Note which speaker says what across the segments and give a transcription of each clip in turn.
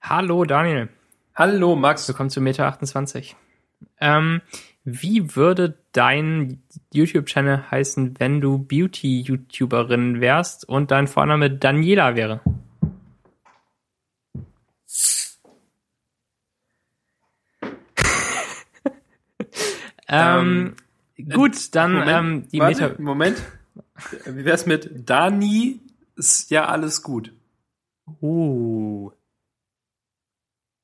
Speaker 1: Hallo Daniel,
Speaker 2: Hallo Max.
Speaker 1: willkommen zu Meta 28. Ähm, wie würde dein YouTube-Channel heißen, wenn du Beauty-YouTuberin wärst und dein Vorname Daniela wäre? ähm, gut, dann ähm, die
Speaker 2: Warte,
Speaker 1: Meta.
Speaker 2: Moment. Wie wär's mit Dani? Ist ja alles gut.
Speaker 1: Uh,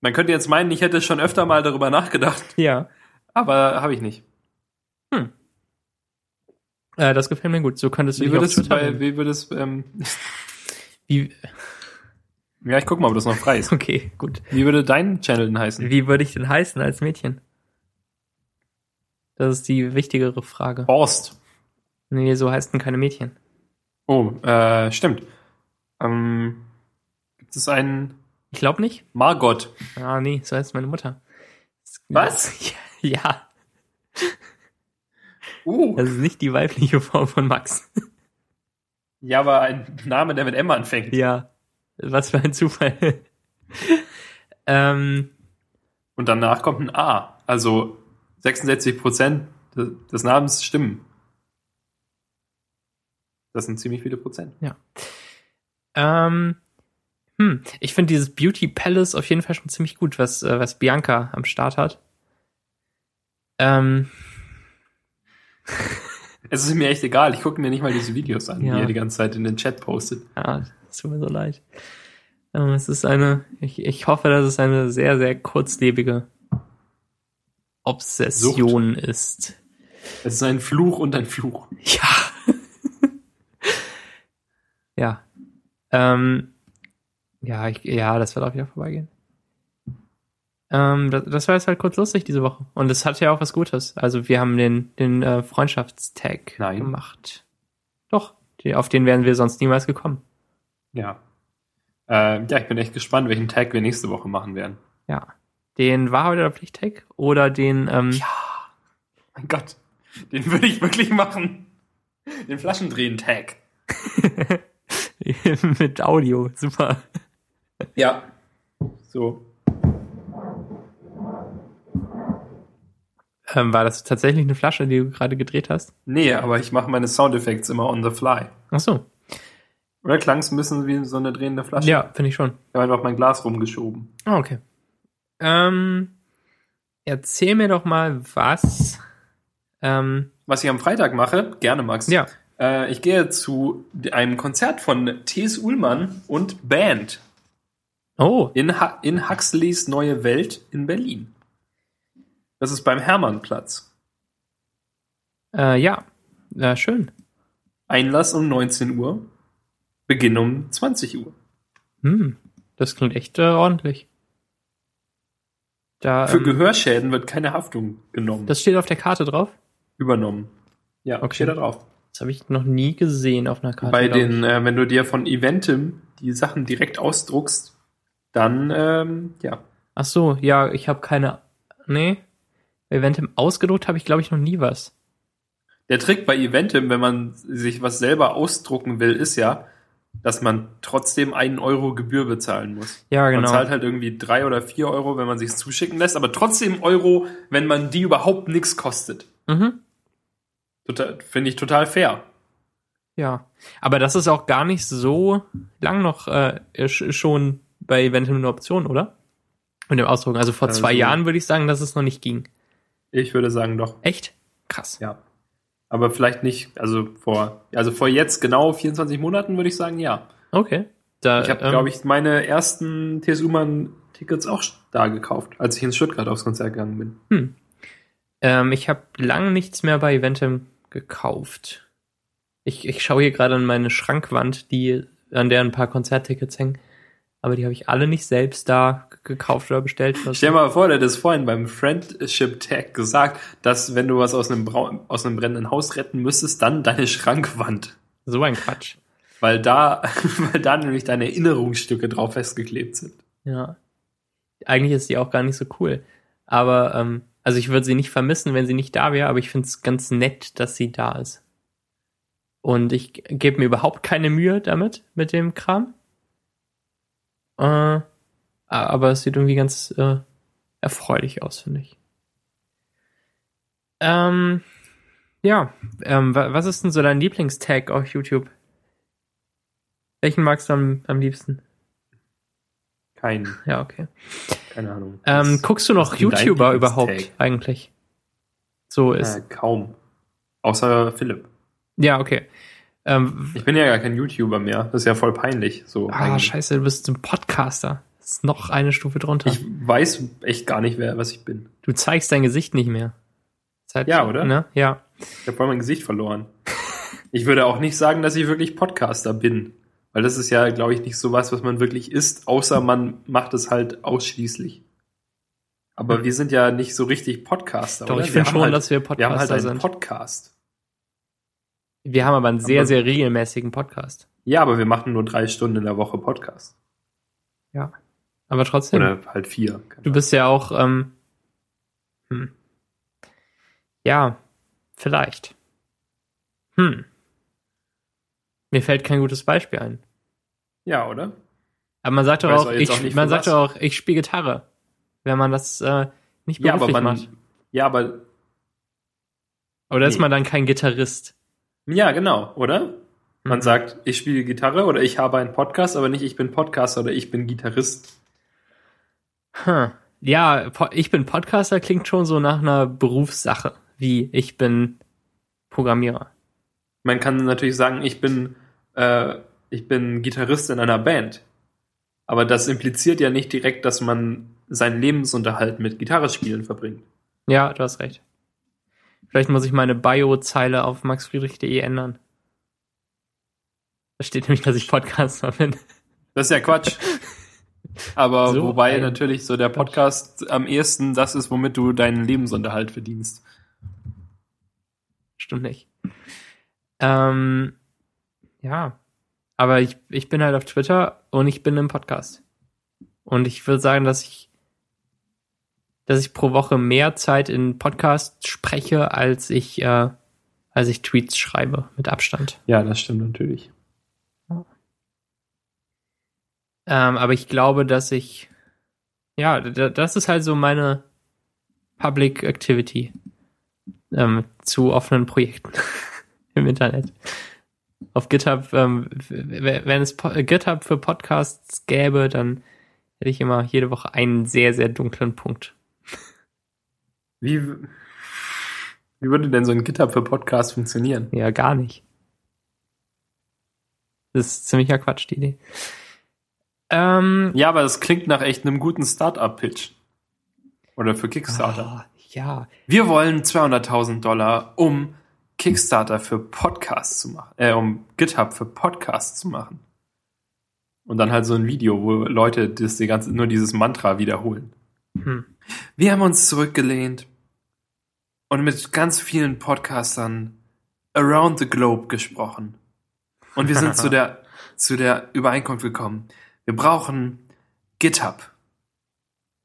Speaker 2: Man könnte jetzt meinen, ich hätte schon öfter mal darüber nachgedacht,
Speaker 1: ja.
Speaker 2: aber habe ich nicht.
Speaker 1: Äh, das gefällt mir gut. So könntest du
Speaker 2: Wie
Speaker 1: dich
Speaker 2: würde
Speaker 1: auf
Speaker 2: es,
Speaker 1: Twitter
Speaker 2: bei,
Speaker 1: nennen.
Speaker 2: wie würde es, ähm,
Speaker 1: wie,
Speaker 2: ja, ich guck mal, ob das noch frei ist.
Speaker 1: Okay, gut.
Speaker 2: Wie würde dein Channel denn heißen?
Speaker 1: Wie würde ich denn heißen als Mädchen? Das ist die wichtigere Frage.
Speaker 2: Horst.
Speaker 1: Nee, so heißen keine Mädchen.
Speaker 2: Oh, äh, stimmt. Ähm, gibt es einen
Speaker 1: Ich glaube nicht.
Speaker 2: Margot?
Speaker 1: Ah, nee, so heißt meine Mutter.
Speaker 2: Was?
Speaker 1: Ja,
Speaker 2: Uh.
Speaker 1: das ist nicht die weibliche Form von Max.
Speaker 2: Ja, aber ein Name, der mit M anfängt.
Speaker 1: Ja, was für ein Zufall. ähm,
Speaker 2: Und danach kommt ein A. Also 66 Prozent des Namens stimmen. Das sind ziemlich viele Prozent.
Speaker 1: ähm, hm, ich finde dieses Beauty Palace auf jeden Fall schon ziemlich gut, was, äh, was Bianca am Start hat. Ähm,
Speaker 2: Es ist mir echt egal. Ich gucke mir nicht mal diese Videos an,
Speaker 1: Ja.
Speaker 2: die ihr die ganze Zeit in den Chat postet.
Speaker 1: Ja, es tut mir so leid. Ähm, es ist eine, ich, ich hoffe, dass es eine sehr, sehr kurzlebige Obsession ist.
Speaker 2: Es ist ein Fluch und ein Fluch.
Speaker 1: Ja. ja. Ähm, ja, ich, ja, das wird auch wieder vorbeigehen. Ähm, das, das war jetzt halt kurz lustig diese Woche. Und es hat ja auch was Gutes. Also wir haben den, den äh, Freundschaftstag
Speaker 2: Nein.
Speaker 1: gemacht. Doch, die, auf den wären wir sonst niemals gekommen.
Speaker 2: Ja. Äh, ja, ich bin echt gespannt, welchen Tag wir nächste Woche machen werden.
Speaker 1: Ja. Den Wahrheit oder Pflichttag oder den, ähm,
Speaker 2: Mein Gott, den würde ich wirklich machen. Den Flaschendrehen-Tag.
Speaker 1: mit Audio. Super.
Speaker 2: Ja. So.
Speaker 1: Ähm, war das tatsächlich eine Flasche, die du gerade gedreht hast?
Speaker 2: Nee, aber ich mache meine Soundeffekte immer on the fly.
Speaker 1: Ach so.
Speaker 2: Oder klang's ein bisschen wie so eine drehende Flasche.
Speaker 1: Ja, finde ich schon.
Speaker 2: Ich habe einfach mein Glas rumgeschoben.
Speaker 1: Ah, okay. Ähm, erzähl mir doch mal was. Ähm,
Speaker 2: Was ich am Freitag mache, gerne Max.
Speaker 1: ja.
Speaker 2: Äh, ich gehe zu einem Konzert von T.S. Ullmann und Band
Speaker 1: Oh,
Speaker 2: in, ha in Huxleys Neue Welt in Berlin. Das ist beim Hermannplatz.
Speaker 1: äh, ja. Äh, schön.
Speaker 2: Einlass um 19 Uhr, Beginn um 20 Uhr.
Speaker 1: Hm. Das klingt echt äh, ordentlich. Da,
Speaker 2: Für
Speaker 1: ähm,
Speaker 2: Gehörschäden wird keine Haftung genommen,
Speaker 1: das steht auf der Karte drauf.
Speaker 2: übernommen. Ja,
Speaker 1: Okay.
Speaker 2: steht da drauf.
Speaker 1: Das habe ich noch nie gesehen auf einer Karte.
Speaker 2: Bei
Speaker 1: glaub ich.
Speaker 2: den, äh, wenn du dir von Eventim die Sachen direkt ausdruckst, dann, ähm, ja,
Speaker 1: Ach so, ja, ich habe keine. Nee. Bei Eventim ausgedruckt habe ich, glaube ich, noch nie was.
Speaker 2: Der Trick bei Eventim, wenn man sich was selber ausdrucken will, ist ja, dass man trotzdem einen Euro Gebühr bezahlen muss.
Speaker 1: Ja,
Speaker 2: Man
Speaker 1: genau.
Speaker 2: zahlt halt irgendwie drei oder vier Euro, wenn man sich's zuschicken lässt, aber trotzdem Euro, wenn man die überhaupt nichts kostet.
Speaker 1: Mhm.
Speaker 2: Total- Finde ich total fair.
Speaker 1: Ja. Aber das ist auch gar nicht so lang noch äh, sch- schon bei Eventim eine Option, oder? Mit dem Ausdrucken. Also vor
Speaker 2: Also-
Speaker 1: zwei Jahren würde ich sagen, dass es noch nicht ging.
Speaker 2: Ich würde sagen doch.
Speaker 1: Echt? Krass.
Speaker 2: Ja. Aber vielleicht nicht, also vor, also vor jetzt genau 24 Monaten würde ich sagen, ja.
Speaker 1: Okay. Da,
Speaker 2: Ich habe,
Speaker 1: ähm,
Speaker 2: glaube ich, meine ersten TSU-Mann-Tickets auch da gekauft, als ich in Stuttgart aufs Konzert gegangen bin.
Speaker 1: Hm. Ähm, ich habe lang nichts mehr bei Eventim gekauft. Ich, ich schaue hier gerade an meine Schrankwand, die, an der ein paar Konzerttickets hängen. Aber die habe ich alle nicht selbst da g- gekauft oder bestellt. oder so.
Speaker 2: Stell dir mal vor, der hat es vorhin beim Friendship Tag gesagt, dass wenn du was aus einem, Brau aus einem brennenden Haus retten müsstest, dann deine Schrankwand.
Speaker 1: So ein Quatsch.
Speaker 2: Weil da, weil da nämlich deine Erinnerungsstücke drauf festgeklebt sind.
Speaker 1: Ja. Eigentlich ist die auch gar nicht so cool. Aber, ähm, also ich würde sie nicht vermissen, wenn sie nicht da wäre, aber ich finde es ganz nett, dass sie da ist. Und ich gebe mir überhaupt keine Mühe damit, mit dem Kram. Äh, A- Aber es sieht irgendwie ganz äh, erfreulich aus, finde ich. Ähm, ja, ähm, wa was ist denn so dein Lieblingstag auf YouTube? Welchen magst du am, am liebsten?
Speaker 2: Kein,
Speaker 1: Ja, okay.
Speaker 2: keine Ahnung.
Speaker 1: Ähm,
Speaker 2: Das-
Speaker 1: guckst du noch
Speaker 2: ist denn dein
Speaker 1: YouTuber
Speaker 2: Lieblingstag?
Speaker 1: überhaupt eigentlich? So ist.
Speaker 2: äh, kaum. Außer Philipp.
Speaker 1: Ja, okay. Ähm,
Speaker 2: Ich bin ja gar kein YouTuber mehr. Das ist ja voll peinlich. So
Speaker 1: ah,
Speaker 2: eigentlich.
Speaker 1: scheiße, du bist ein Podcaster. Das ist noch eine Stufe drunter.
Speaker 2: Ich weiß echt gar nicht, wer, was ich bin.
Speaker 1: du zeigst dein Gesicht nicht mehr. Ist halt-
Speaker 2: Ja, oder?
Speaker 1: Ne? Ja.
Speaker 2: Ich habe voll mein Gesicht verloren. Ich würde auch nicht sagen, dass ich wirklich Podcaster bin. Weil das ist ja, glaube ich, nicht so was, was man wirklich ist, außer man macht es halt ausschließlich. Aber wir sind ja nicht so richtig Podcaster.
Speaker 1: Doch,
Speaker 2: oder?
Speaker 1: ich
Speaker 2: Wir
Speaker 1: finde
Speaker 2: haben
Speaker 1: schon,
Speaker 2: halt,
Speaker 1: dass wir
Speaker 2: wir haben
Speaker 1: Podcaster
Speaker 2: halt einen
Speaker 1: sind.
Speaker 2: Podcast.
Speaker 1: wir haben aber einen sehr,
Speaker 2: Aber-
Speaker 1: sehr regelmäßigen Podcast.
Speaker 2: Ja, aber wir machen nur drei Stunden in der Woche Podcast.
Speaker 1: Aber trotzdem,
Speaker 2: Oder halt vier. Keine
Speaker 1: du bist ja auch. Ähm, hm. Ja, vielleicht. Hm. Mir fällt kein gutes Beispiel ein.
Speaker 2: Ahnung. ja, oder?
Speaker 1: Aber man sagt doch
Speaker 2: Weiß
Speaker 1: auch,
Speaker 2: auch
Speaker 1: ich,
Speaker 2: jetzt auch nicht,
Speaker 1: man
Speaker 2: für
Speaker 1: sagt
Speaker 2: was.
Speaker 1: doch auch, ich spiele Gitarre. Wenn man das äh, nicht beruflich
Speaker 2: Ja, aber man,
Speaker 1: macht.
Speaker 2: ja, aber,
Speaker 1: Oder ist
Speaker 2: nee.
Speaker 1: man dann kein Gitarrist?
Speaker 2: ja, genau, oder? Man
Speaker 1: Mhm.
Speaker 2: sagt, ich spiele Gitarre oder ich habe einen Podcast, aber nicht ich bin Podcaster oder ich bin Gitarrist.
Speaker 1: Hm. Ja, po ich bin Podcaster klingt schon so nach einer Berufssache, wie ich bin Programmierer.
Speaker 2: Man kann natürlich sagen, ich bin, äh, ich bin Gitarrist in einer Band. Aber das impliziert ja nicht direkt, dass man seinen Lebensunterhalt mit Gitarre spielen verbringt.
Speaker 1: Ja, du hast recht. Vielleicht muss ich meine Bio-Zeile auf maxfriedrich.de ändern. Da steht nämlich, dass ich Podcaster bin.
Speaker 2: Das ist ja Quatsch. Aber
Speaker 1: So
Speaker 2: wobei
Speaker 1: ein
Speaker 2: natürlich so der
Speaker 1: Quatsch.
Speaker 2: Podcast am ehesten das ist, womit du deinen Lebensunterhalt verdienst.
Speaker 1: Stimmt nicht. Ähm, ja. Aber ich, ich bin halt auf Twitter und ich bin im Podcast. Und ich würde sagen, dass ich, dass ich pro Woche mehr Zeit in Podcasts spreche, als ich, äh, als ich Tweets schreibe, mit Abstand.
Speaker 2: Ja, das stimmt natürlich.
Speaker 1: Ähm, aber ich glaube, dass ich, ja, d- das ist halt so meine Public Activity ähm, zu offenen Projekten im Internet. Auf GitHub, ähm, w- w- wenn es po äh, GitHub für Podcasts gäbe, dann hätte ich immer jede Woche einen sehr, sehr dunklen Punkt.
Speaker 2: Wie, w- wie würde denn so ein GitHub für Podcast funktionieren?
Speaker 1: Ja, gar nicht. Das ist ziemlicher Quatsch, die Idee. Ähm,
Speaker 2: Ja, aber das klingt nach echt einem guten Startup-Pitch. Oder für
Speaker 1: ah,
Speaker 2: Kickstarter.
Speaker 1: ja,
Speaker 2: Wir wollen 200.000 Dollar, um Kickstarter für Podcasts zu machen, äh, um GitHub für Podcasts zu machen. Und dann halt so ein Video, wo Leute das die ganze, nur dieses Mantra wiederholen.
Speaker 1: hm.
Speaker 2: Wir haben uns zurückgelehnt und mit ganz vielen Podcastern around the globe gesprochen. Und wir sind zu der, zu der Übereinkunft gekommen. Wir brauchen GitHub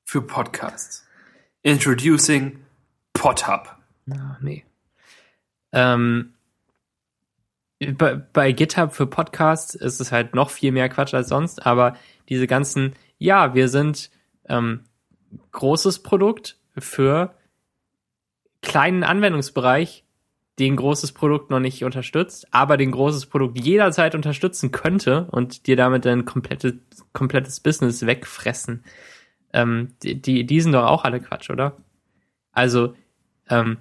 Speaker 2: für Podcasts. Introducing PodHub.
Speaker 1: Ah, nee. Ähm, bei, bei GitHub für Podcasts ist es halt noch viel mehr Quatsch als sonst, aber diese ganzen, ja, wir sind ähm, großes Produkt für kleinen Anwendungsbereich, den großes Produkt noch nicht unterstützt, aber den großes Produkt jederzeit unterstützen könnte und dir damit dein komplettes, komplettes Business wegfressen. Ähm, die, die, die sind doch auch alle Quatsch, oder? Also, ähm,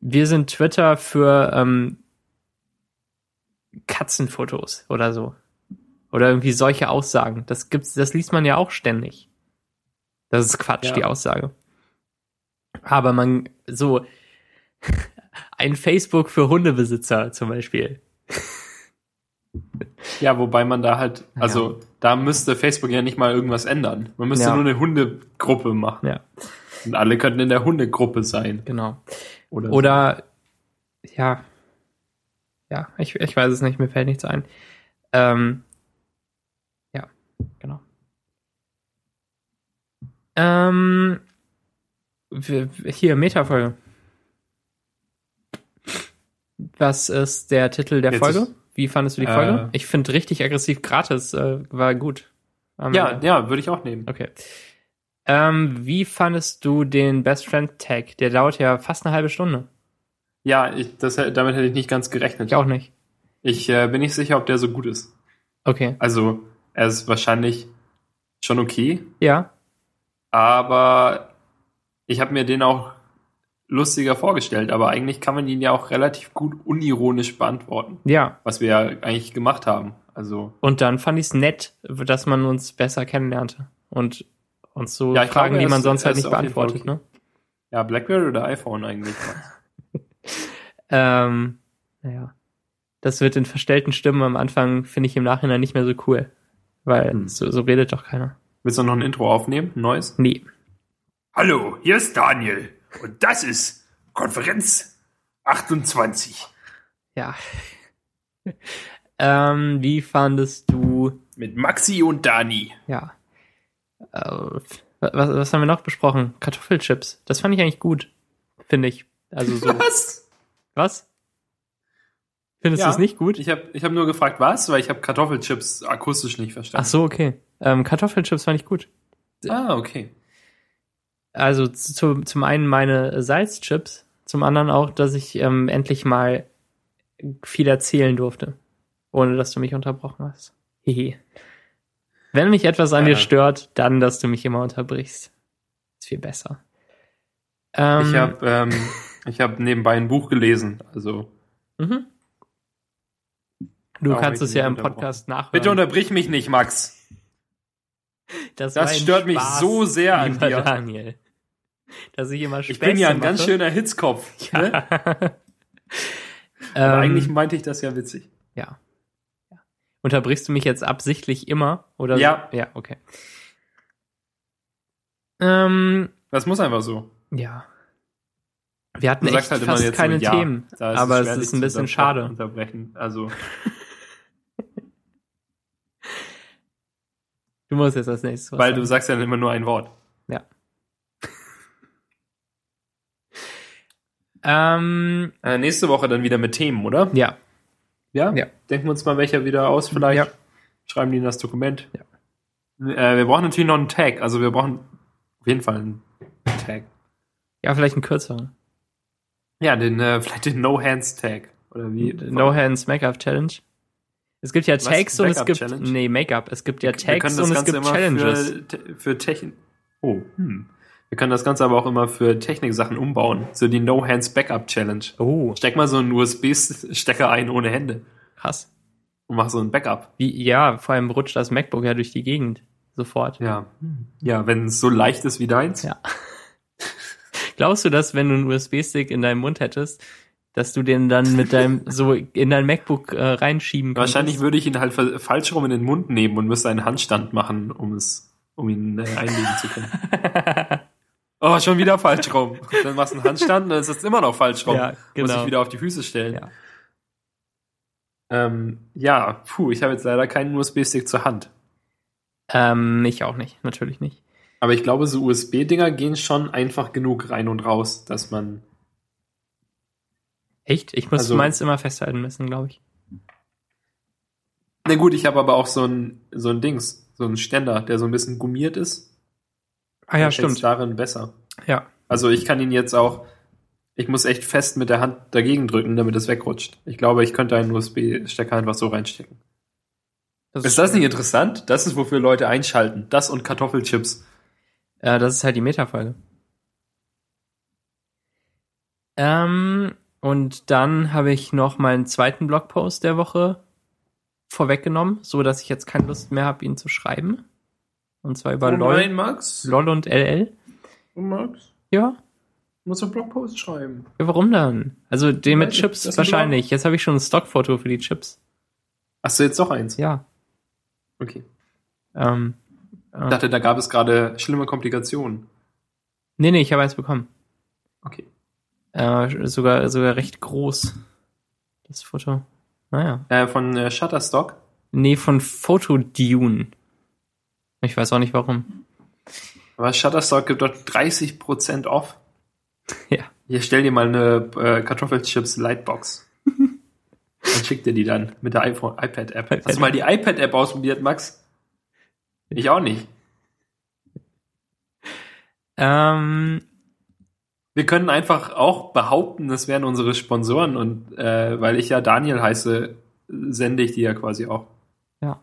Speaker 1: wir sind Twitter für ähm, Katzenfotos oder so. Oder irgendwie solche Aussagen. Das gibt's, das liest man ja auch ständig. Das ist Quatsch,
Speaker 2: Ja.
Speaker 1: die Aussage. Aber man, so, ein Facebook für Hundebesitzer zum Beispiel.
Speaker 2: Ja, wobei man da halt,
Speaker 1: Ja.
Speaker 2: also da müsste Facebook ja nicht mal irgendwas ändern. Man müsste
Speaker 1: Ja.
Speaker 2: nur eine Hundegruppe machen.
Speaker 1: Ja.
Speaker 2: Und alle könnten in der Hundegruppe sein.
Speaker 1: Genau.
Speaker 2: Oder,
Speaker 1: Oder ja, ja, ich, ich weiß es nicht, mir fällt nichts ein. Ähm, ja, genau. Ähm, wir- hier, Metafolge. Was ist der Titel der
Speaker 2: Jetzt
Speaker 1: Folge?
Speaker 2: ist-
Speaker 1: Wie fandest du die Folge?
Speaker 2: Äh,
Speaker 1: ich finde richtig aggressiv gratis, äh, war gut. Am
Speaker 2: Ja,
Speaker 1: Ende.
Speaker 2: ja, würde ich auch nehmen.
Speaker 1: Okay. Ähm, wie fandest du den Best Friend Tag? Der dauert ja fast eine halbe Stunde.
Speaker 2: Ja, ich, das, damit hätte ich nicht ganz gerechnet.
Speaker 1: Ich auch nicht.
Speaker 2: Ich äh, bin nicht sicher, ob der so gut ist.
Speaker 1: Okay.
Speaker 2: Also, er ist wahrscheinlich schon okay,
Speaker 1: Ja.
Speaker 2: aber ich habe mir den auch lustiger vorgestellt. Aber eigentlich kann man ihn ja auch relativ gut unironisch beantworten,
Speaker 1: Ja.
Speaker 2: was wir ja eigentlich gemacht haben. Also,
Speaker 1: Und dann fand ich es nett, dass man uns besser kennenlernte und uns so
Speaker 2: Ja, ich
Speaker 1: Fragen,
Speaker 2: glaube,
Speaker 1: die
Speaker 2: er
Speaker 1: man
Speaker 2: ist-
Speaker 1: sonst
Speaker 2: er
Speaker 1: halt
Speaker 2: ist
Speaker 1: nicht
Speaker 2: auf jeden Fall
Speaker 1: beantwortet, ne?
Speaker 2: ja, Blackberry oder iPhone eigentlich?
Speaker 1: Ähm, naja. Das wird in verstellten Stimmen am Anfang, finde ich im Nachhinein nicht mehr so cool. Weil
Speaker 2: Hm.
Speaker 1: so, so redet doch keiner.
Speaker 2: Willst du noch ein Intro aufnehmen? Ein Neues?
Speaker 1: Nee.
Speaker 2: Hallo, hier ist Daniel und das ist Konferenz 28
Speaker 1: Ja. ähm, wie fandest du,
Speaker 2: mit Maxi und Dani.
Speaker 1: ja. Äh, was, was haben wir noch besprochen? Kartoffelchips. Das fand ich eigentlich gut. Finde ich. Also so.
Speaker 2: Was?
Speaker 1: was? Findest
Speaker 2: Ja.
Speaker 1: du es nicht gut?
Speaker 2: Ich habe ich hab nur gefragt, was, weil ich habe Kartoffelchips akustisch nicht
Speaker 1: Ach
Speaker 2: verstanden.
Speaker 1: so, okay. Ähm, Kartoffelchips fand ich gut.
Speaker 2: Ah, okay.
Speaker 1: also zu, zum einen meine Salzchips, zum anderen auch, dass ich ähm, endlich mal viel erzählen durfte, ohne dass du mich unterbrochen hast. Hehe. Wenn mich etwas an
Speaker 2: Ja.
Speaker 1: dir stört, dann, dass du mich immer unterbrichst. Ist viel besser. Ähm,
Speaker 2: Ich habe ähm, ich hab nebenbei ein Buch gelesen. Also
Speaker 1: mhm. Du
Speaker 2: Warum
Speaker 1: kannst
Speaker 2: hab ich
Speaker 1: es ja
Speaker 2: mich
Speaker 1: im
Speaker 2: unterbrochen?
Speaker 1: Podcast nachhören.
Speaker 2: bitte unterbrich mich nicht, Max.
Speaker 1: war
Speaker 2: das
Speaker 1: ein
Speaker 2: stört mich
Speaker 1: Spaß,
Speaker 2: so sehr an
Speaker 1: lieber
Speaker 2: dir.
Speaker 1: Daniel. Dass ich immer
Speaker 2: Ich bin ja ein
Speaker 1: Späße
Speaker 2: ganz
Speaker 1: mache.
Speaker 2: schöner Hitzkopf. Ne?
Speaker 1: ähm,
Speaker 2: Aber eigentlich meinte ich das ja witzig.
Speaker 1: Ja. Ja. Unterbrichst du mich jetzt absichtlich immer? Oder
Speaker 2: Ja.
Speaker 1: Ja, okay. Ähm,
Speaker 2: Das muss einfach so.
Speaker 1: ja. Wir hatten
Speaker 2: Du
Speaker 1: echt
Speaker 2: sagst halt immer
Speaker 1: fast
Speaker 2: jetzt
Speaker 1: keine
Speaker 2: so, ja,
Speaker 1: Themen.
Speaker 2: Da
Speaker 1: aber es
Speaker 2: schwer,
Speaker 1: ist
Speaker 2: dich
Speaker 1: ein
Speaker 2: zu
Speaker 1: bisschen
Speaker 2: unter-
Speaker 1: schade.
Speaker 2: Unterbrechen. Also
Speaker 1: Du musst jetzt als nächstes was
Speaker 2: Weil du
Speaker 1: sagen.
Speaker 2: sagst ja immer nur ein Wort.
Speaker 1: Ähm,
Speaker 2: Äh, nächste Woche dann wieder mit Themen, oder?
Speaker 1: ja.
Speaker 2: Ja?
Speaker 1: Ja.
Speaker 2: Denken wir uns mal welcher wieder aus, vielleicht.
Speaker 1: Ja.
Speaker 2: Schreiben die in das Dokument.
Speaker 1: Ja.
Speaker 2: Äh, wir brauchen natürlich noch einen Tag. Also wir brauchen auf jeden Fall einen Tag.
Speaker 1: Ja, vielleicht einen kürzeren.
Speaker 2: Ja, den, äh, vielleicht den No Hands Tag. Oder wie?
Speaker 1: No Hands Make-up Challenge. Es gibt ja
Speaker 2: Was?
Speaker 1: Tags und es
Speaker 2: Make-up
Speaker 1: gibt.
Speaker 2: Challenge?
Speaker 1: Nee, Make-up. Es gibt ja
Speaker 2: wir können
Speaker 1: Tags
Speaker 2: das
Speaker 1: und es
Speaker 2: Ganze
Speaker 1: gibt
Speaker 2: immer
Speaker 1: Challenges.
Speaker 2: für, Te- für Technik. Oh, hm. Wir können das Ganze aber auch immer für Techniksachen umbauen. So die No Hands Backup Challenge.
Speaker 1: Oh,
Speaker 2: Steck mal so einen USB-Stecker ein ohne Hände
Speaker 1: krass.
Speaker 2: und mach so ein Backup.
Speaker 1: Wie, ja, vor allem rutscht das MacBook ja durch die Gegend. Sofort.
Speaker 2: Ja. Ja, wenn es so leicht ist wie deins.
Speaker 1: Ja. Glaubst du, dass wenn du einen USB-Stick in deinem Mund hättest, dass du den dann mit deinem so in dein MacBook äh, reinschieben kannst?
Speaker 2: Wahrscheinlich würde ich ihn halt fa- falsch rum in den Mund nehmen und müsste einen Handstand machen, um es, um ihn äh, einlegen zu können. Oh, schon wieder falsch rum. Dann machst du einen Handstand, dann ist es immer noch falsch rum.
Speaker 1: Ja,
Speaker 2: Muss
Speaker 1: genau.
Speaker 2: ich wieder auf die Füße stellen.
Speaker 1: Ja.
Speaker 2: Ja, ähm, ja puh, ich habe jetzt leider keinen USB-Stick zur Hand.
Speaker 1: ähm, ich auch nicht, natürlich nicht.
Speaker 2: Aber ich glaube, so USB-Dinger gehen schon einfach genug rein und raus, dass man.
Speaker 1: Echt? Ich muss
Speaker 2: Also-
Speaker 1: meins immer festhalten müssen, glaube ich.
Speaker 2: Na gut, ich habe aber auch so ein, so ein Dings, so einen Ständer, der so ein bisschen gummiert ist.
Speaker 1: Ah ja,
Speaker 2: Dann fällt's
Speaker 1: stimmt.
Speaker 2: darin besser.
Speaker 1: Ja.
Speaker 2: Also ich kann ihn jetzt auch, ich muss echt fest mit der Hand dagegen drücken, damit es wegrutscht. Ich glaube, ich könnte einen USB-Stecker einfach so reinstecken. Ist das nicht interessant? Das ist, wofür Leute einschalten. Das und Kartoffelchips.
Speaker 1: Äh, das ist halt die Metafolge. Ähm, und dann habe ich noch meinen zweiten Blogpost der Woche vorweggenommen, so dass ich jetzt keine Lust mehr habe, ihn zu schreiben. Und zwar über LOL,
Speaker 2: Max.
Speaker 1: LOL und LL.
Speaker 2: Oh, Max.
Speaker 1: Ja,
Speaker 2: Du musst einen Blogpost schreiben.
Speaker 1: ja warum dann? Also den mit
Speaker 2: Weiß ich,
Speaker 1: Chips
Speaker 2: das
Speaker 1: wahrscheinlich. Jetzt habe ich schon ein Stockfoto für die Chips.
Speaker 2: Hast du jetzt noch eins?
Speaker 1: Ja.
Speaker 2: Okay.
Speaker 1: Ähm,
Speaker 2: Ich
Speaker 1: äh,
Speaker 2: dachte, da gab es gerade schlimme Komplikationen.
Speaker 1: nee, nee, ich habe eins bekommen.
Speaker 2: Okay.
Speaker 1: Äh, sogar, sogar recht groß. Das Foto. Naja.
Speaker 2: Äh, von äh, Shutterstock.
Speaker 1: Nee, von Photodune. Ich weiß auch nicht warum.
Speaker 2: Aber Shutterstock gibt dort 30% off.
Speaker 1: Ja.
Speaker 2: Hier stell dir mal eine äh, Kartoffelchips Lightbox. Dann schickt dir die dann mit der iPhone, iPad App. Hast du mal die iPad App ausprobiert, Max? Ich auch nicht.
Speaker 1: Ähm,
Speaker 2: Wir können einfach auch behaupten, das wären unsere Sponsoren und äh, weil ich ja Daniel heiße, sende ich die ja quasi auch.
Speaker 1: Ja.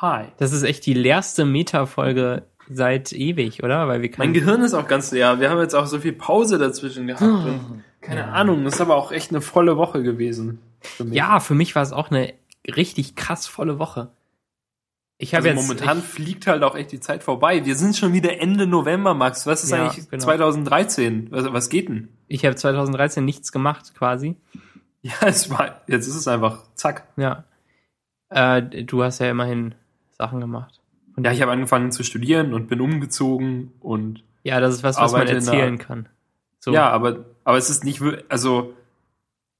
Speaker 2: Hi.
Speaker 1: das ist echt die leerste Meta-Folge seit ewig, oder? Weil wir kein,
Speaker 2: Mein Gehirn ist auch ganz leer. Wir haben jetzt auch so viel Pause dazwischen gehabt.
Speaker 1: Ah,
Speaker 2: Und keine Ahnung, das ist aber auch echt eine volle Woche gewesen. Für mich.
Speaker 1: ja, für mich war es auch eine richtig krass volle Woche. Ich habe
Speaker 2: also
Speaker 1: jetzt
Speaker 2: momentan fliegt halt auch echt die Zeit vorbei. Wir sind schon wieder Ende November, Max. Was ist
Speaker 1: Ja,
Speaker 2: eigentlich
Speaker 1: genau.
Speaker 2: 2013? Was, was geht denn?
Speaker 1: ich, ich habe 2013 nichts gemacht quasi.
Speaker 2: Ja, es war, jetzt ist es einfach, zack.
Speaker 1: Ja. Äh, du hast ja immerhin Sachen gemacht. Von
Speaker 2: Ja, ich habe angefangen zu studieren und bin umgezogen und
Speaker 1: Ja, das ist was, was man
Speaker 2: Arbeite in der-
Speaker 1: erzählen kann. So.
Speaker 2: ja, aber, aber es ist nicht, wir- also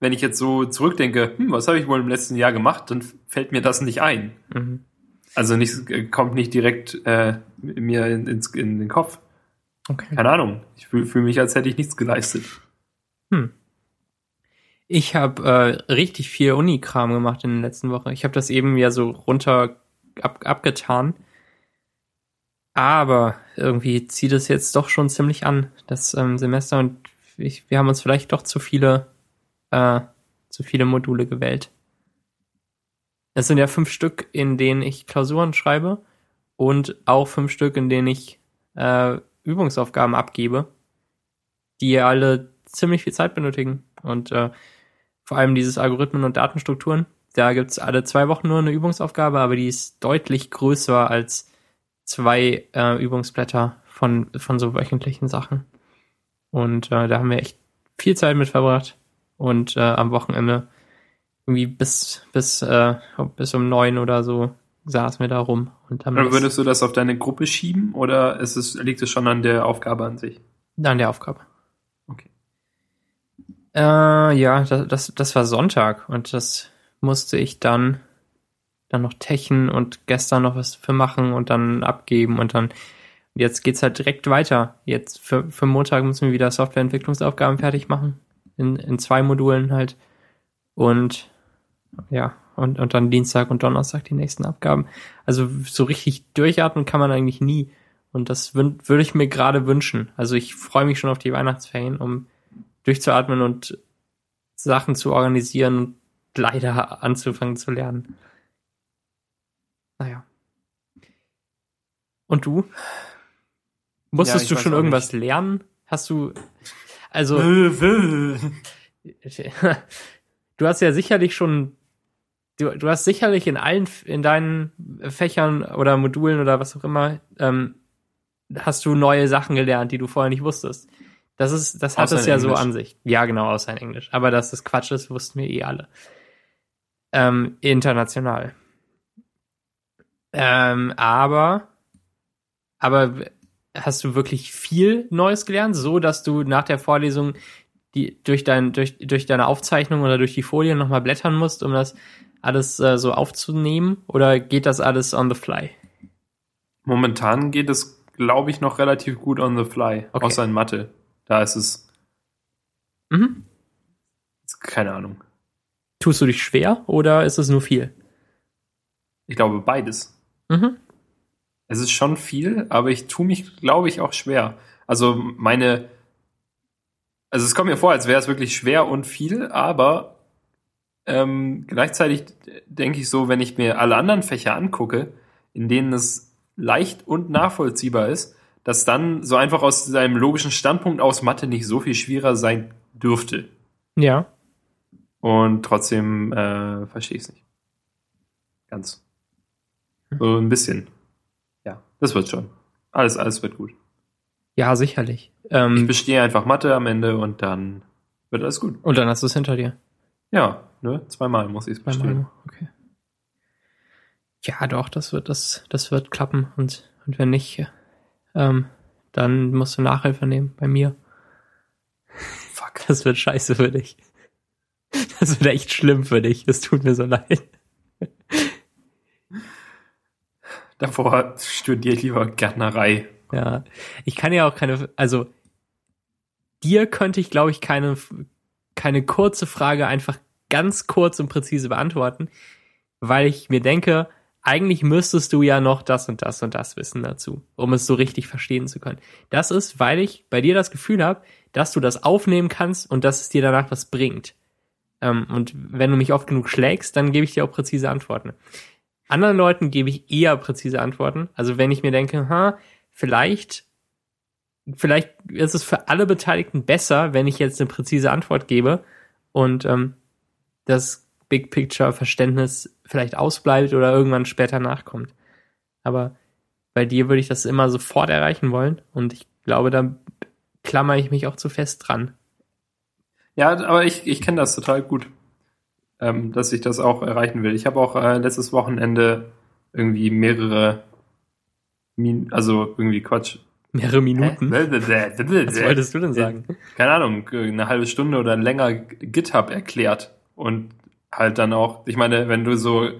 Speaker 2: wenn ich jetzt so zurückdenke, hm, was habe ich wohl im letzten Jahr gemacht, dann fällt mir das nicht ein.
Speaker 1: Mhm.
Speaker 2: Also nicht, kommt nicht direkt äh, mir in, ins, in den Kopf.
Speaker 1: Okay.
Speaker 2: Keine Ahnung. Ich fühle fühl mich, als hätte ich nichts geleistet.
Speaker 1: Ich habe äh, richtig viel Unikram gemacht in der letzten Woche. Ich habe das eben ja so runter ab, abgetan. Aber irgendwie zieht es jetzt doch schon ziemlich an, das ähm, Semester. Und ich, wir haben uns vielleicht doch zu viele, äh, zu viele Module gewählt. Es sind ja fünf Stück, in denen ich Klausuren schreibe und auch fünf Stück, in denen ich äh, Übungsaufgaben abgebe, die alle ziemlich viel Zeit benötigen. Und äh, vor allem dieses Algorithmen und Datenstrukturen. Da gibt's alle zwei Wochen nur eine Übungsaufgabe, aber die ist deutlich größer als zwei äh, Übungsblätter von, von so wöchentlichen Sachen. Und äh, da haben wir echt viel Zeit mit verbracht. Und äh, am Wochenende irgendwie bis, bis, äh, bis um neun oder so saßen wir da rum und haben
Speaker 2: Oder
Speaker 1: das
Speaker 2: würdest du das auf deine Gruppe schieben oder ist es, liegt es schon an der Aufgabe an sich?
Speaker 1: an der Aufgabe.
Speaker 2: Okay.
Speaker 1: Äh, ja, das, das, das war Sonntag und das musste ich dann, dann noch techen und gestern noch was für machen und dann abgeben und dann und jetzt geht's halt direkt weiter. Jetzt für, für Montag müssen wir wieder Softwareentwicklungsaufgaben fertig machen. In, in zwei Modulen halt. Und ja, und, und dann Dienstag und Donnerstag die nächsten Abgaben. Also so richtig durchatmen kann man eigentlich nie. Und das wün- würde ich mir gerade wünschen. Also ich freue mich schon auf die Weihnachtsferien, um durchzuatmen und Sachen zu organisieren und leider anzufangen zu lernen. Naja. Und du? Musstest
Speaker 2: ich
Speaker 1: du
Speaker 2: weiß
Speaker 1: schon
Speaker 2: auch
Speaker 1: irgendwas lernen? Hast du, also, du hast ja sicherlich schon, du, du hast sicherlich in allen, in deinen Fächern oder Modulen oder was auch immer, ähm, hast du neue Sachen gelernt, die du vorher nicht wusstest. Das ist, das hat
Speaker 2: Außer
Speaker 1: es
Speaker 2: in
Speaker 1: ja so
Speaker 2: Englisch.
Speaker 1: an sich. Ja, genau, außer in Englisch. Aber dass das Quatsch ist, wussten wir eh alle. Ähm, international. Ähm, aber, aber hast du wirklich viel Neues gelernt, so dass du nach der Vorlesung die durch dein durch durch deine Aufzeichnung oder durch die Folien nochmal blättern musst, um das alles äh, so aufzunehmen? Oder geht das alles on the fly?
Speaker 2: Momentan geht es, glaube ich, noch relativ gut on the fly.
Speaker 1: Okay.
Speaker 2: Außer in Mathe. Da ist es,
Speaker 1: Mhm.
Speaker 2: keine Ahnung.
Speaker 1: Tust du dich schwer oder ist es nur viel?
Speaker 2: Ich glaube, beides.
Speaker 1: Mhm.
Speaker 2: Es ist schon viel, aber ich tue mich, glaube ich, auch schwer. Also meine, also es kommt mir vor, als wäre es wirklich schwer und viel, aber ähm, gleichzeitig denke ich so, wenn ich mir alle anderen Fächer angucke, in denen es leicht und nachvollziehbar ist, dass dann so einfach aus seinem logischen Standpunkt aus Mathe nicht so viel schwieriger sein dürfte.
Speaker 1: Ja.
Speaker 2: Und trotzdem äh, verstehe ich es nicht. Ganz. So
Speaker 1: Mhm.
Speaker 2: ein bisschen. Ja, das wird schon. Alles, alles wird gut.
Speaker 1: Ja, sicherlich.
Speaker 2: Ich
Speaker 1: Ähm,
Speaker 2: bestehe einfach Mathe am Ende und dann wird alles gut.
Speaker 1: und dann hast du es hinter dir.
Speaker 2: Ja, ne? Zweimal muss ich es
Speaker 1: Beim
Speaker 2: bestehen.
Speaker 1: Almo, okay. Ja, doch, das wird, das, das wird klappen. Und, und wenn nicht, äh, ähm, dann musst du Nachhilfe nehmen bei mir. Fuck, das wird scheiße für dich. Das wird echt schlimm für dich. Das tut mir so leid.
Speaker 2: Davor studiere ich lieber Gärtnerei.
Speaker 1: Ja, ich kann ja auch keine, also dir könnte ich, glaube ich, keine, keine kurze Frage einfach ganz kurz und präzise beantworten. weil ich mir denke, eigentlich müsstest du ja noch das und das und das wissen dazu, um es so richtig verstehen zu können. Das ist, weil ich bei dir das Gefühl habe, dass du das aufnehmen kannst und dass es dir danach was bringt. Ähm, und wenn du mich oft genug schlägst, dann gebe ich dir auch präzise Antworten. Anderen Leuten gebe ich eher präzise Antworten. Also wenn ich mir denke, ha, vielleicht, vielleicht ist es für alle Beteiligten besser, wenn ich jetzt eine präzise Antwort gebe und ähm, das Big Picture Verständnis vielleicht ausbleibt oder irgendwann später nachkommt. Aber bei dir würde ich das immer sofort erreichen wollen und ich glaube, da klammer ich mich auch zu fest dran.
Speaker 2: Ja, aber ich, ich kenne das total gut, ähm, dass ich das auch erreichen will. Ich habe auch äh, letztes Wochenende irgendwie mehrere, Min also irgendwie Quatsch.
Speaker 1: Mehrere Minuten.
Speaker 2: Was
Speaker 1: Was wolltest du denn sagen?
Speaker 2: Keine Ahnung, eine halbe Stunde oder länger GitHub erklärt und halt dann auch, ich meine, wenn du so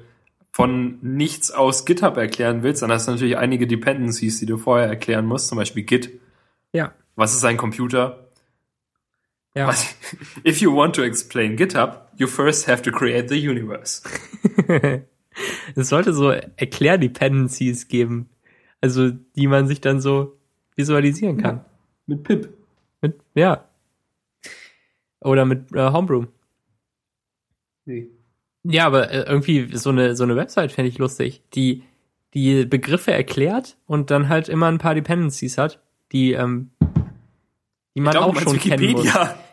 Speaker 2: von nichts aus GitHub erklären willst, dann hast du natürlich einige Dependencies, die du vorher erklären musst, zum Beispiel Git.
Speaker 1: Ja.
Speaker 2: Was ist ein Computer?
Speaker 1: Ja.
Speaker 2: Was- If you want to explain GitHub, you first have to create the universe.
Speaker 1: es sollte so Erklärdependencies geben. Also, die man sich dann so visualisieren kann.
Speaker 2: Mit Pip.
Speaker 1: Mit, ja. Oder mit äh, Homebrew.
Speaker 2: Nee.
Speaker 1: Ja, aber äh, irgendwie so eine, so eine Website fände ich lustig, die die Begriffe erklärt und dann halt immer ein paar Dependencies hat, die, ähm, die man auch schon kennen muss.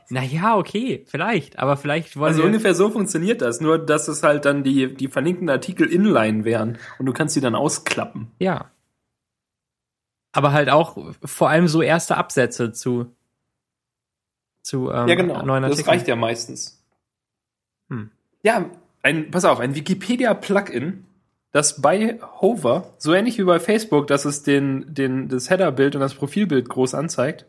Speaker 1: Naja, okay, vielleicht, aber vielleicht wollen
Speaker 2: Also
Speaker 1: wir,
Speaker 2: ungefähr so funktioniert das, nur dass es halt dann die, die verlinkten Artikel inline wären und du kannst die dann ausklappen.
Speaker 1: ja. Aber halt auch vor allem so erste Absätze zu, zu ähm, neuen Artikeln.
Speaker 2: genau. Das reicht ja meistens.
Speaker 1: Hm.
Speaker 2: Ja, ein, pass auf, ein Wikipedia-Plugin, das bei Hover, so ähnlich wie bei Facebook, dass es den, den, das Header-Bild und das Profilbild groß anzeigt,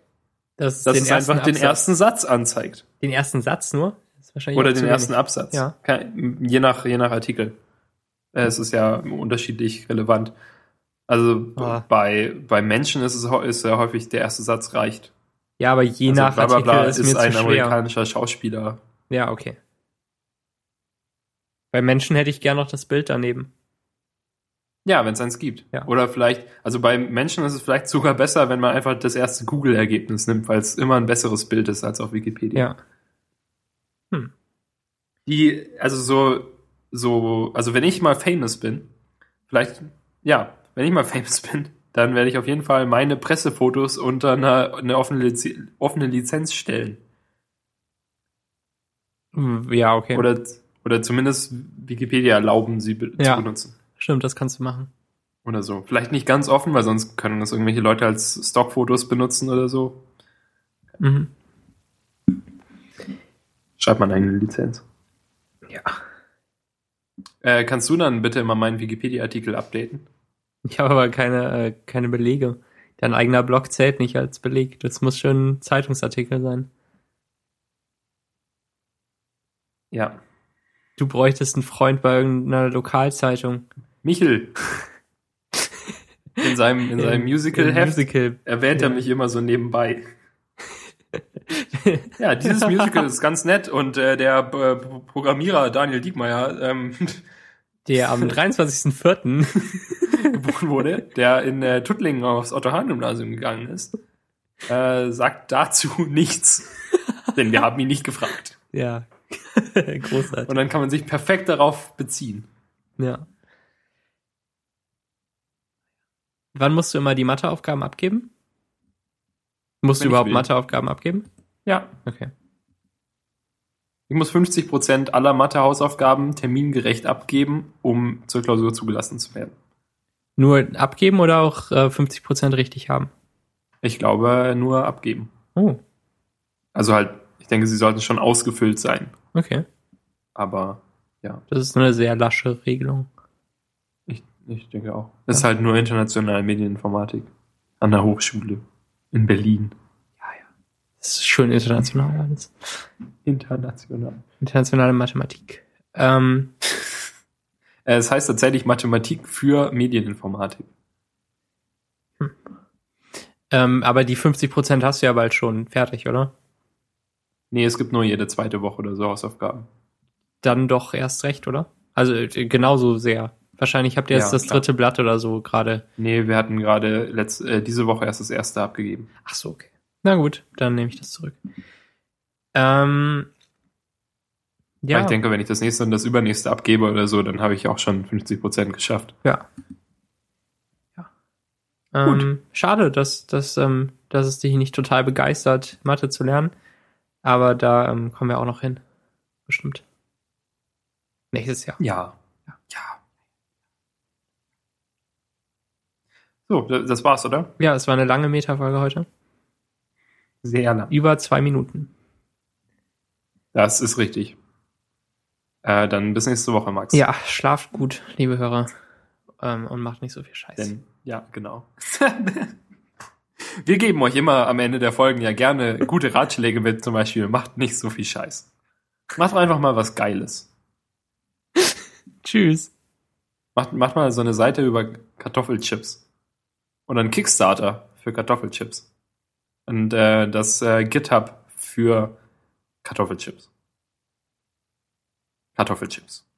Speaker 1: Das ist
Speaker 2: dass
Speaker 1: den
Speaker 2: es
Speaker 1: ersten
Speaker 2: einfach den
Speaker 1: Absatz-
Speaker 2: ersten Satz anzeigt.
Speaker 1: den ersten Satz nur. Das ist wahrscheinlich
Speaker 2: Oder
Speaker 1: auch zu
Speaker 2: den
Speaker 1: wenig.
Speaker 2: ersten Absatz.
Speaker 1: Ja.
Speaker 2: Kein, je, nach, je nach Artikel. Äh, Es ist ja unterschiedlich relevant. Also
Speaker 1: Ah.
Speaker 2: bei, bei Menschen ist es hau- ist ja häufig der erste Satz reicht.
Speaker 1: Ja, aber je
Speaker 2: also
Speaker 1: nach Artikel ist, mir
Speaker 2: ein
Speaker 1: zu schwer.
Speaker 2: amerikanischer Schauspieler.
Speaker 1: Ja, okay. Bei Menschen hätte ich gern noch das Bild daneben.
Speaker 2: Ja, wenn es eins gibt.
Speaker 1: Ja.
Speaker 2: Oder vielleicht, also bei Menschen ist es vielleicht sogar besser, wenn man einfach das erste Google-Ergebnis nimmt, weil es immer ein besseres Bild ist als auf Wikipedia.
Speaker 1: Ja.
Speaker 2: die, also so, so, also wenn ich mal famous bin, vielleicht, ja, wenn ich mal famous bin, dann werde ich auf jeden Fall meine Pressefotos unter einer eine offene, Liz offene Lizenz stellen.
Speaker 1: Hm, Ja, okay.
Speaker 2: Oder, oder zumindest Wikipedia erlauben, sie be-
Speaker 1: Ja.
Speaker 2: zu benutzen.
Speaker 1: Stimmt, das kannst du machen.
Speaker 2: Oder so. Vielleicht nicht ganz offen, weil sonst können das irgendwelche Leute als Stockfotos benutzen oder so.
Speaker 1: Mhm.
Speaker 2: Schreibt man eine Lizenz.
Speaker 1: Ja.
Speaker 2: Äh, kannst du dann bitte immer meinen Wikipedia-Artikel updaten?
Speaker 1: Ich habe aber keine, äh, keine Belege. Dein eigener Blog zählt nicht als Beleg. Das muss schon ein Zeitungsartikel sein.
Speaker 2: Ja.
Speaker 1: Du bräuchtest einen Freund bei irgendeiner Lokalzeitung.
Speaker 2: Michel. In seinem, in seinem
Speaker 1: Im
Speaker 2: Musical-Heft
Speaker 1: Musical.
Speaker 2: erwähnt er mich immer so nebenbei. ja, dieses Musical ist ganz nett und äh, der äh, Programmierer Daniel Diekmeyer ähm,
Speaker 1: Der am 23.04.
Speaker 2: geboren wurde, der in äh, Tuttlingen aufs Otto-Hahn-Gymnasium gegangen ist, äh, sagt dazu nichts. Denn wir haben ihn nicht gefragt.
Speaker 1: ja. Großartig.
Speaker 2: Und dann kann man sich perfekt darauf beziehen.
Speaker 1: Ja. Wann musst du immer die Matheaufgaben abgeben? Musst
Speaker 2: Wenn
Speaker 1: du
Speaker 2: ich
Speaker 1: überhaupt
Speaker 2: will.
Speaker 1: Matheaufgaben abgeben?
Speaker 2: Ja.
Speaker 1: Okay.
Speaker 2: Ich muss 50% aller Mathe-Hausaufgaben termingerecht abgeben, um zur Klausur zugelassen zu werden.
Speaker 1: Nur abgeben oder auch äh, 50% richtig haben?
Speaker 2: Ich glaube, nur abgeben.
Speaker 1: Oh,
Speaker 2: Also halt, ich denke, sie sollten schon ausgefüllt sein.
Speaker 1: okay.
Speaker 2: Aber
Speaker 1: Das ist eine sehr lasche Regelung.
Speaker 2: ich, ich denke auch. Das ist halt nur internationale Medieninformatik an der Hochschule in Berlin.
Speaker 1: Das ist schön international alles.
Speaker 2: International.
Speaker 1: Internationale Mathematik. Ähm,
Speaker 2: Äh, Es heißt tatsächlich Mathematik für Medieninformatik.
Speaker 1: ähm, aber die 50% hast du ja bald schon fertig, oder?
Speaker 2: Nee, es gibt nur jede zweite Woche oder so Hausaufgaben.
Speaker 1: Dann doch erst recht, oder? Also äh, genauso sehr. Wahrscheinlich habt ihr jetzt
Speaker 2: Ja,
Speaker 1: das
Speaker 2: klar.
Speaker 1: dritte Blatt oder so gerade.
Speaker 2: Nee, wir hatten gerade letzte, äh, diese Woche erst das erste abgegeben.
Speaker 1: Ach so, okay. Na gut, dann nehme ich das zurück. Ähm,
Speaker 2: Ja.
Speaker 1: ja,
Speaker 2: Weil ich denke, wenn ich das nächste und das übernächste abgebe oder so, dann habe ich auch schon 50% geschafft.
Speaker 1: ja. ja. Ähm, schade, dass, dass, ähm, dass es dich nicht total begeistert, Mathe zu lernen. Aber da ähm, kommen wir auch noch hin. Bestimmt. Nächstes Jahr.
Speaker 2: Ja. Ja. So, da- das war's, oder?
Speaker 1: Ja, es war eine lange Metafolge heute.
Speaker 2: Sehr lang.
Speaker 1: Über zwei Minuten.
Speaker 2: Das ist richtig. Äh, dann bis nächste Woche, Max.
Speaker 1: Ja, schlaft gut, liebe Hörer. Ähm, und macht nicht so viel Scheiß.
Speaker 2: Denn, ja, genau. Wir geben euch immer am Ende der Folgen ja gerne gute Ratschläge mit, zum Beispiel, macht nicht so viel Scheiß. Macht einfach mal was Geiles.
Speaker 1: Tschüss.
Speaker 2: Macht, macht mal so eine Seite über Kartoffelchips. Oder einen Kickstarter für Kartoffelchips. Und äh, das äh, GitHub für Kartoffelchips. Kartoffelchips.